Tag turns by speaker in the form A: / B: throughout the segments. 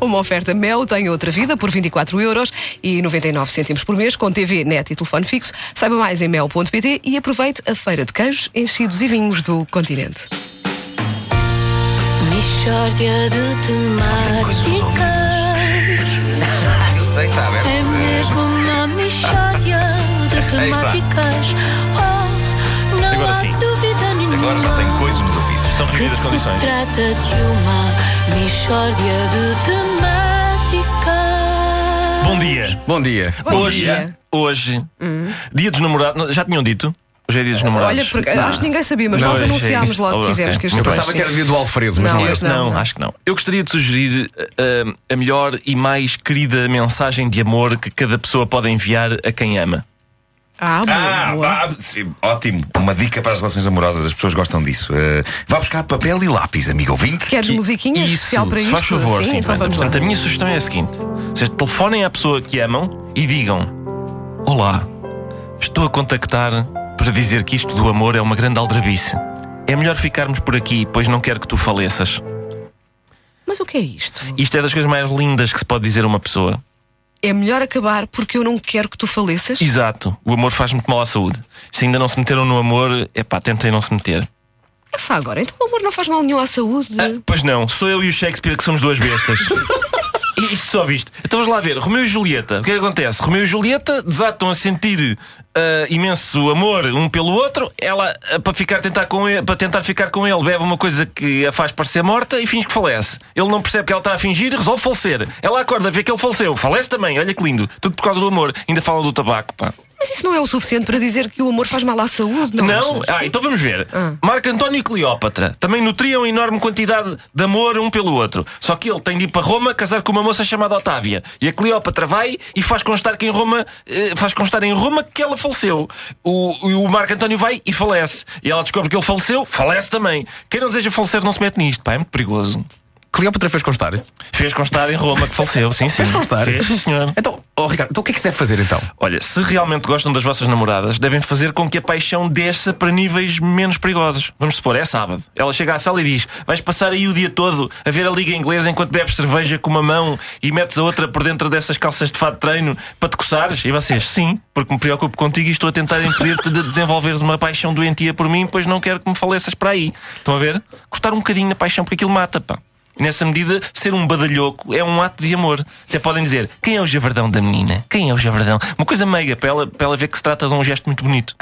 A: Uma oferta Mel tem outra vida por 24 euros e 99 cêntimos por mês com TV, net e telefone fixo. Saiba mais em mel.pt e aproveite a feira de queijos, enchidos e vinhos do continente.
B: Mixórdia de temáticas
C: Eu sei que está aberto.
B: É mesmo uma mixórdia de
C: Aí está.
B: temáticas Oh, não
D: Agora
B: há
D: sim.
B: dúvida nenhuma
C: Agora já tenho coisas nos ouvidos.
D: Estão
B: que
D: reunidas as condições.
B: se trata de uma mixórdia de temáticas
D: Bom dia.
E: Bom dia.
A: Bom
D: hoje,
A: dia. Hum.
D: hoje, dia dos namorados. não, Já tinham dito? Hoje é dia dos namorados.
A: Olha, porque, acho que ninguém sabia, mas
D: Não,
A: nós
D: é-
A: anunciámos
D: é-
A: logo que
D: ok.
A: fizemos que as
D: Eu
E: Eu
A: pessoas-
E: pensava que era dia do Alfredo, mas
A: Não,
E: não, é era.
A: mas
D: Não, acho que não. Eu gostaria de sugerir uh, a melhor e mais querida mensagem de amor que cada pessoa pode enviar a quem ama.
A: Ah, boa,
C: Ah,
A: boa.
C: bah, sim, ótimo. Uma dica para as relações amorosas, as pessoas gostam disso. Eh, vá buscar papel e lápis, amigo ouvinte.
A: Queres musiquinha
D: Isso,
A: especial para isto?
D: Faz favor,
A: sim,
D: sim,
A: então vamos lá.
D: Portanto, a minha sugestão é a seguinte: vocês telefonem à pessoa que amam e digam: Olá, estou a contactar para dizer que isto do amor é uma grande aldrabice. É melhor ficarmos por aqui, pois não quero que tu faleças.
A: Mas o que é isto?
D: Isto é das coisas mais lindas que se pode dizer a uma pessoa.
A: É melhor acabar porque eu não quero que tu faleças?
D: Exato, o amor faz muito mal à saúde. Se ainda não se meteram no amor, é pá, tentem não se meter.
A: Pensa agora, então o amor não faz mal nenhum à saúde.
D: Ah, pois não, sou eu e o Shakespeare que somos duas bestas. E Isto só visto. Então vamos lá ver. Romeu e Julieta. O que é que acontece? Romeu e Julieta desatam a sentir ah, imenso amor um pelo outro. Ela, ah, para, ficar, tentar com ele, para tentar ficar com ele, bebe uma coisa que a faz parecer morta e finge que falece. Ele não percebe que ela está a fingir e resolve falecer. Ela acorda, vê que ele faleceu. Falece também. Olha que lindo. Tudo por causa do amor. Ainda falam do tabaco, pá.
A: Mas isso não é o suficiente para dizer que o amor faz mal à saúde, não? é?
D: Não?
A: achas?
D: Ah, então vamos ver. Marco António e Cleópatra também nutriam enorme quantidade de amor um pelo outro. Só que ele tem de ir para Roma casar com uma moça chamada Otávia. E a Cleópatra vai e faz constar que em Roma eh, faz constar em Roma que ela faleceu. O, e o Marco António vai e falece. E ela descobre que ele faleceu, falece também. Quem não deseja falecer não se mete nisto, pá, é muito perigoso.
E: Cleópatra fez constar.
D: Fez constar em Roma que faleceu, sim, sim.
E: É. Fez constar.
D: Fez, sim, senhor.
E: Então, oh, Ricardo, então o que é que se deve fazer então?
D: Olha, se realmente gostam das vossas namoradas, devem fazer com que a paixão desça para níveis menos perigosos. Vamos supor, é sábado. Ela chega à sala e diz: Vais passar aí o dia todo a ver a Liga Inglesa enquanto bebes cerveja com uma mão e metes a outra por dentro dessas calças de fato de treino para te coçares? E vocês, sim, porque me preocupo contigo e estou a tentar impedir-te de desenvolveres uma paixão doentia por mim, pois não quero que me faleças para aí. Estão a ver? Cortar um bocadinho na paixão, porque aquilo mata, pá. Nessa medida, ser um badalhoco é um ato de amor. Até podem dizer quem é o javardão da menina? Quem é o javardão? Uma coisa meiga para ela, para ela ver que se trata de um gesto muito bonito.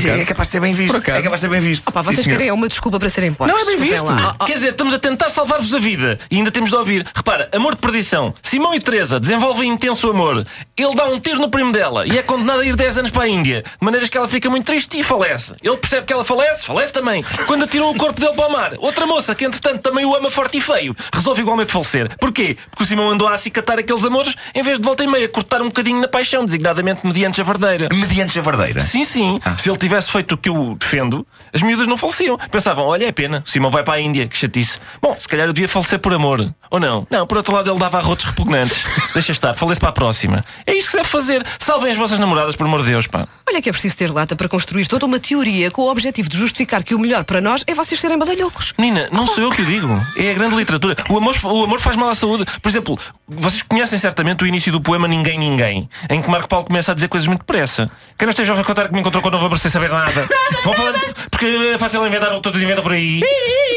C: Sim, é capaz de ser bem visto.
E: Por acaso.
C: É capaz de ser bem visto.
A: Pá,
C: Sim,
A: vocês
C: senhor.
A: querem é uma desculpa para serem pobres.
E: Não, é bem
A: Desculpem
E: visto.
A: lá. Ah, ah,
D: Quer dizer, estamos a tentar salvar-vos a vida e ainda temos de ouvir. Repara, amor de perdição. Simão e Teresa desenvolvem intenso amor. Ele dá um tiro no primo dela e é condenado a ir 10 anos para a Índia, de maneiras que ela fica muito triste e falece. Ele percebe que ela falece, falece também. Quando atirou o corpo dele para o mar, outra moça que entretanto também o ama forte e feio, resolve igualmente falecer. Porquê? Porque o Simão andou a acicatar aqueles amores em vez de volta e meia cortar um bocadinho na paixão, designadamente mediante a verdadeira.
C: Mediante a verdadeira.
D: Sim, sim. Se ele tivesse feito o que eu defendo, as miúdas não faleciam. Pensavam, olha, é pena, o Simão vai para a Índia, que chatice. Bom, se calhar eu devia falecer por amor. Ou não? Não, por outro lado ele dava arrotos repugnantes. Deixa estar, falece para a próxima. É isto que se deve fazer. Salvem as vossas namoradas, por amor de Deus, pá.
A: Olha que é preciso ter lata para construir toda uma teoria com o objetivo de justificar que o melhor para nós é vocês serem badalhocos.
D: Nina, não sou eu que o digo. É a grande literatura. O amor, o amor faz mal à saúde. Por exemplo, vocês conhecem certamente o início do poema Ninguém Ninguém, em que Marco Paulo começa a dizer coisas muito depressa. Quem não esteja a contar que me encontrou quando não vou sem saber nada. Vão falando, porque é fácil inventar o que todos inventam por aí.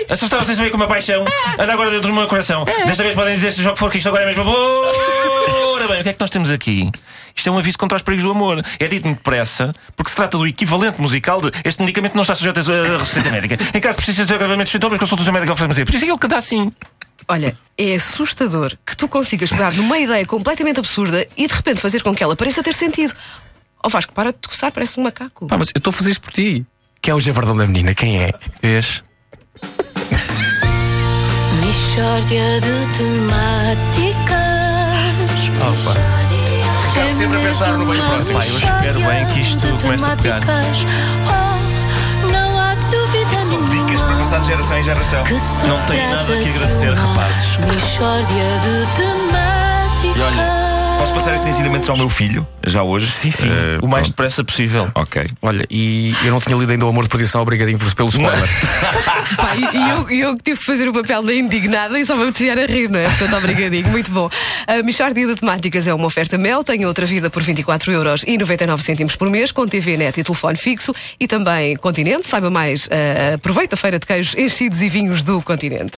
D: Assustaram sem saber é com uma paixão. Anda agora dentro do meu coração. Desta vez podem dizer se o jogo for que isto agora é mesmo. Ora bem, o que é que nós temos aqui? Isto é um aviso contra os perigos do amor. É dito muito depressa, porque se trata do equivalente musical de este medicamento não está sujeito a a receita médica. Em caso de persistência ou agravamento dos sintomas, consulta o seu médico farmacêutico. Por isso é que ele canta assim.
A: Olha, é assustador que tu consigas pegar numa ideia completamente absurda e de repente fazer com que ela pareça ter sentido. Ó Vasco, para de coçar, parece um macaco.
E: Pá, mas eu estou a fazer isto por ti. Quem é o Javardão da menina? Quem é?
D: Vês?
B: Mixórdia de temáticas
E: Ficar sempre a pensar no bem próximo.
D: Pá, eu espero bem que isto comece a pegar.
B: Oh, não há dúvida
C: Isto são
B: nenhuma
C: dicas para passar de geração em geração.
B: que se
D: Não tenho
B: trata
D: nada que
B: de
D: agradecer,
B: uma
D: rapazes.
B: Mixórdia de temáticas.
D: E olha,
C: Posso passar estes ensinamentos ao meu filho, já hoje?
D: Sim, sim.
C: Eh,
D: o mais
C: pronto.
D: depressa possível.
C: Ok.
E: Olha, e eu não tinha lido ainda o amor de perdição, obrigadinho por- pelo spoiler.
A: Pá, e e eu, e eu que tive que fazer o papel da indignada e só me apetecer a rir, não é? Portanto, obrigadinho, muito bom. A Michórdia de Temáticas é uma oferta Mel, tem outra vida por 24,99€ por mês, com TV net e telefone fixo e também Continente. Saiba mais, eh, aproveita a feira de queijos enchidos e vinhos do Continente.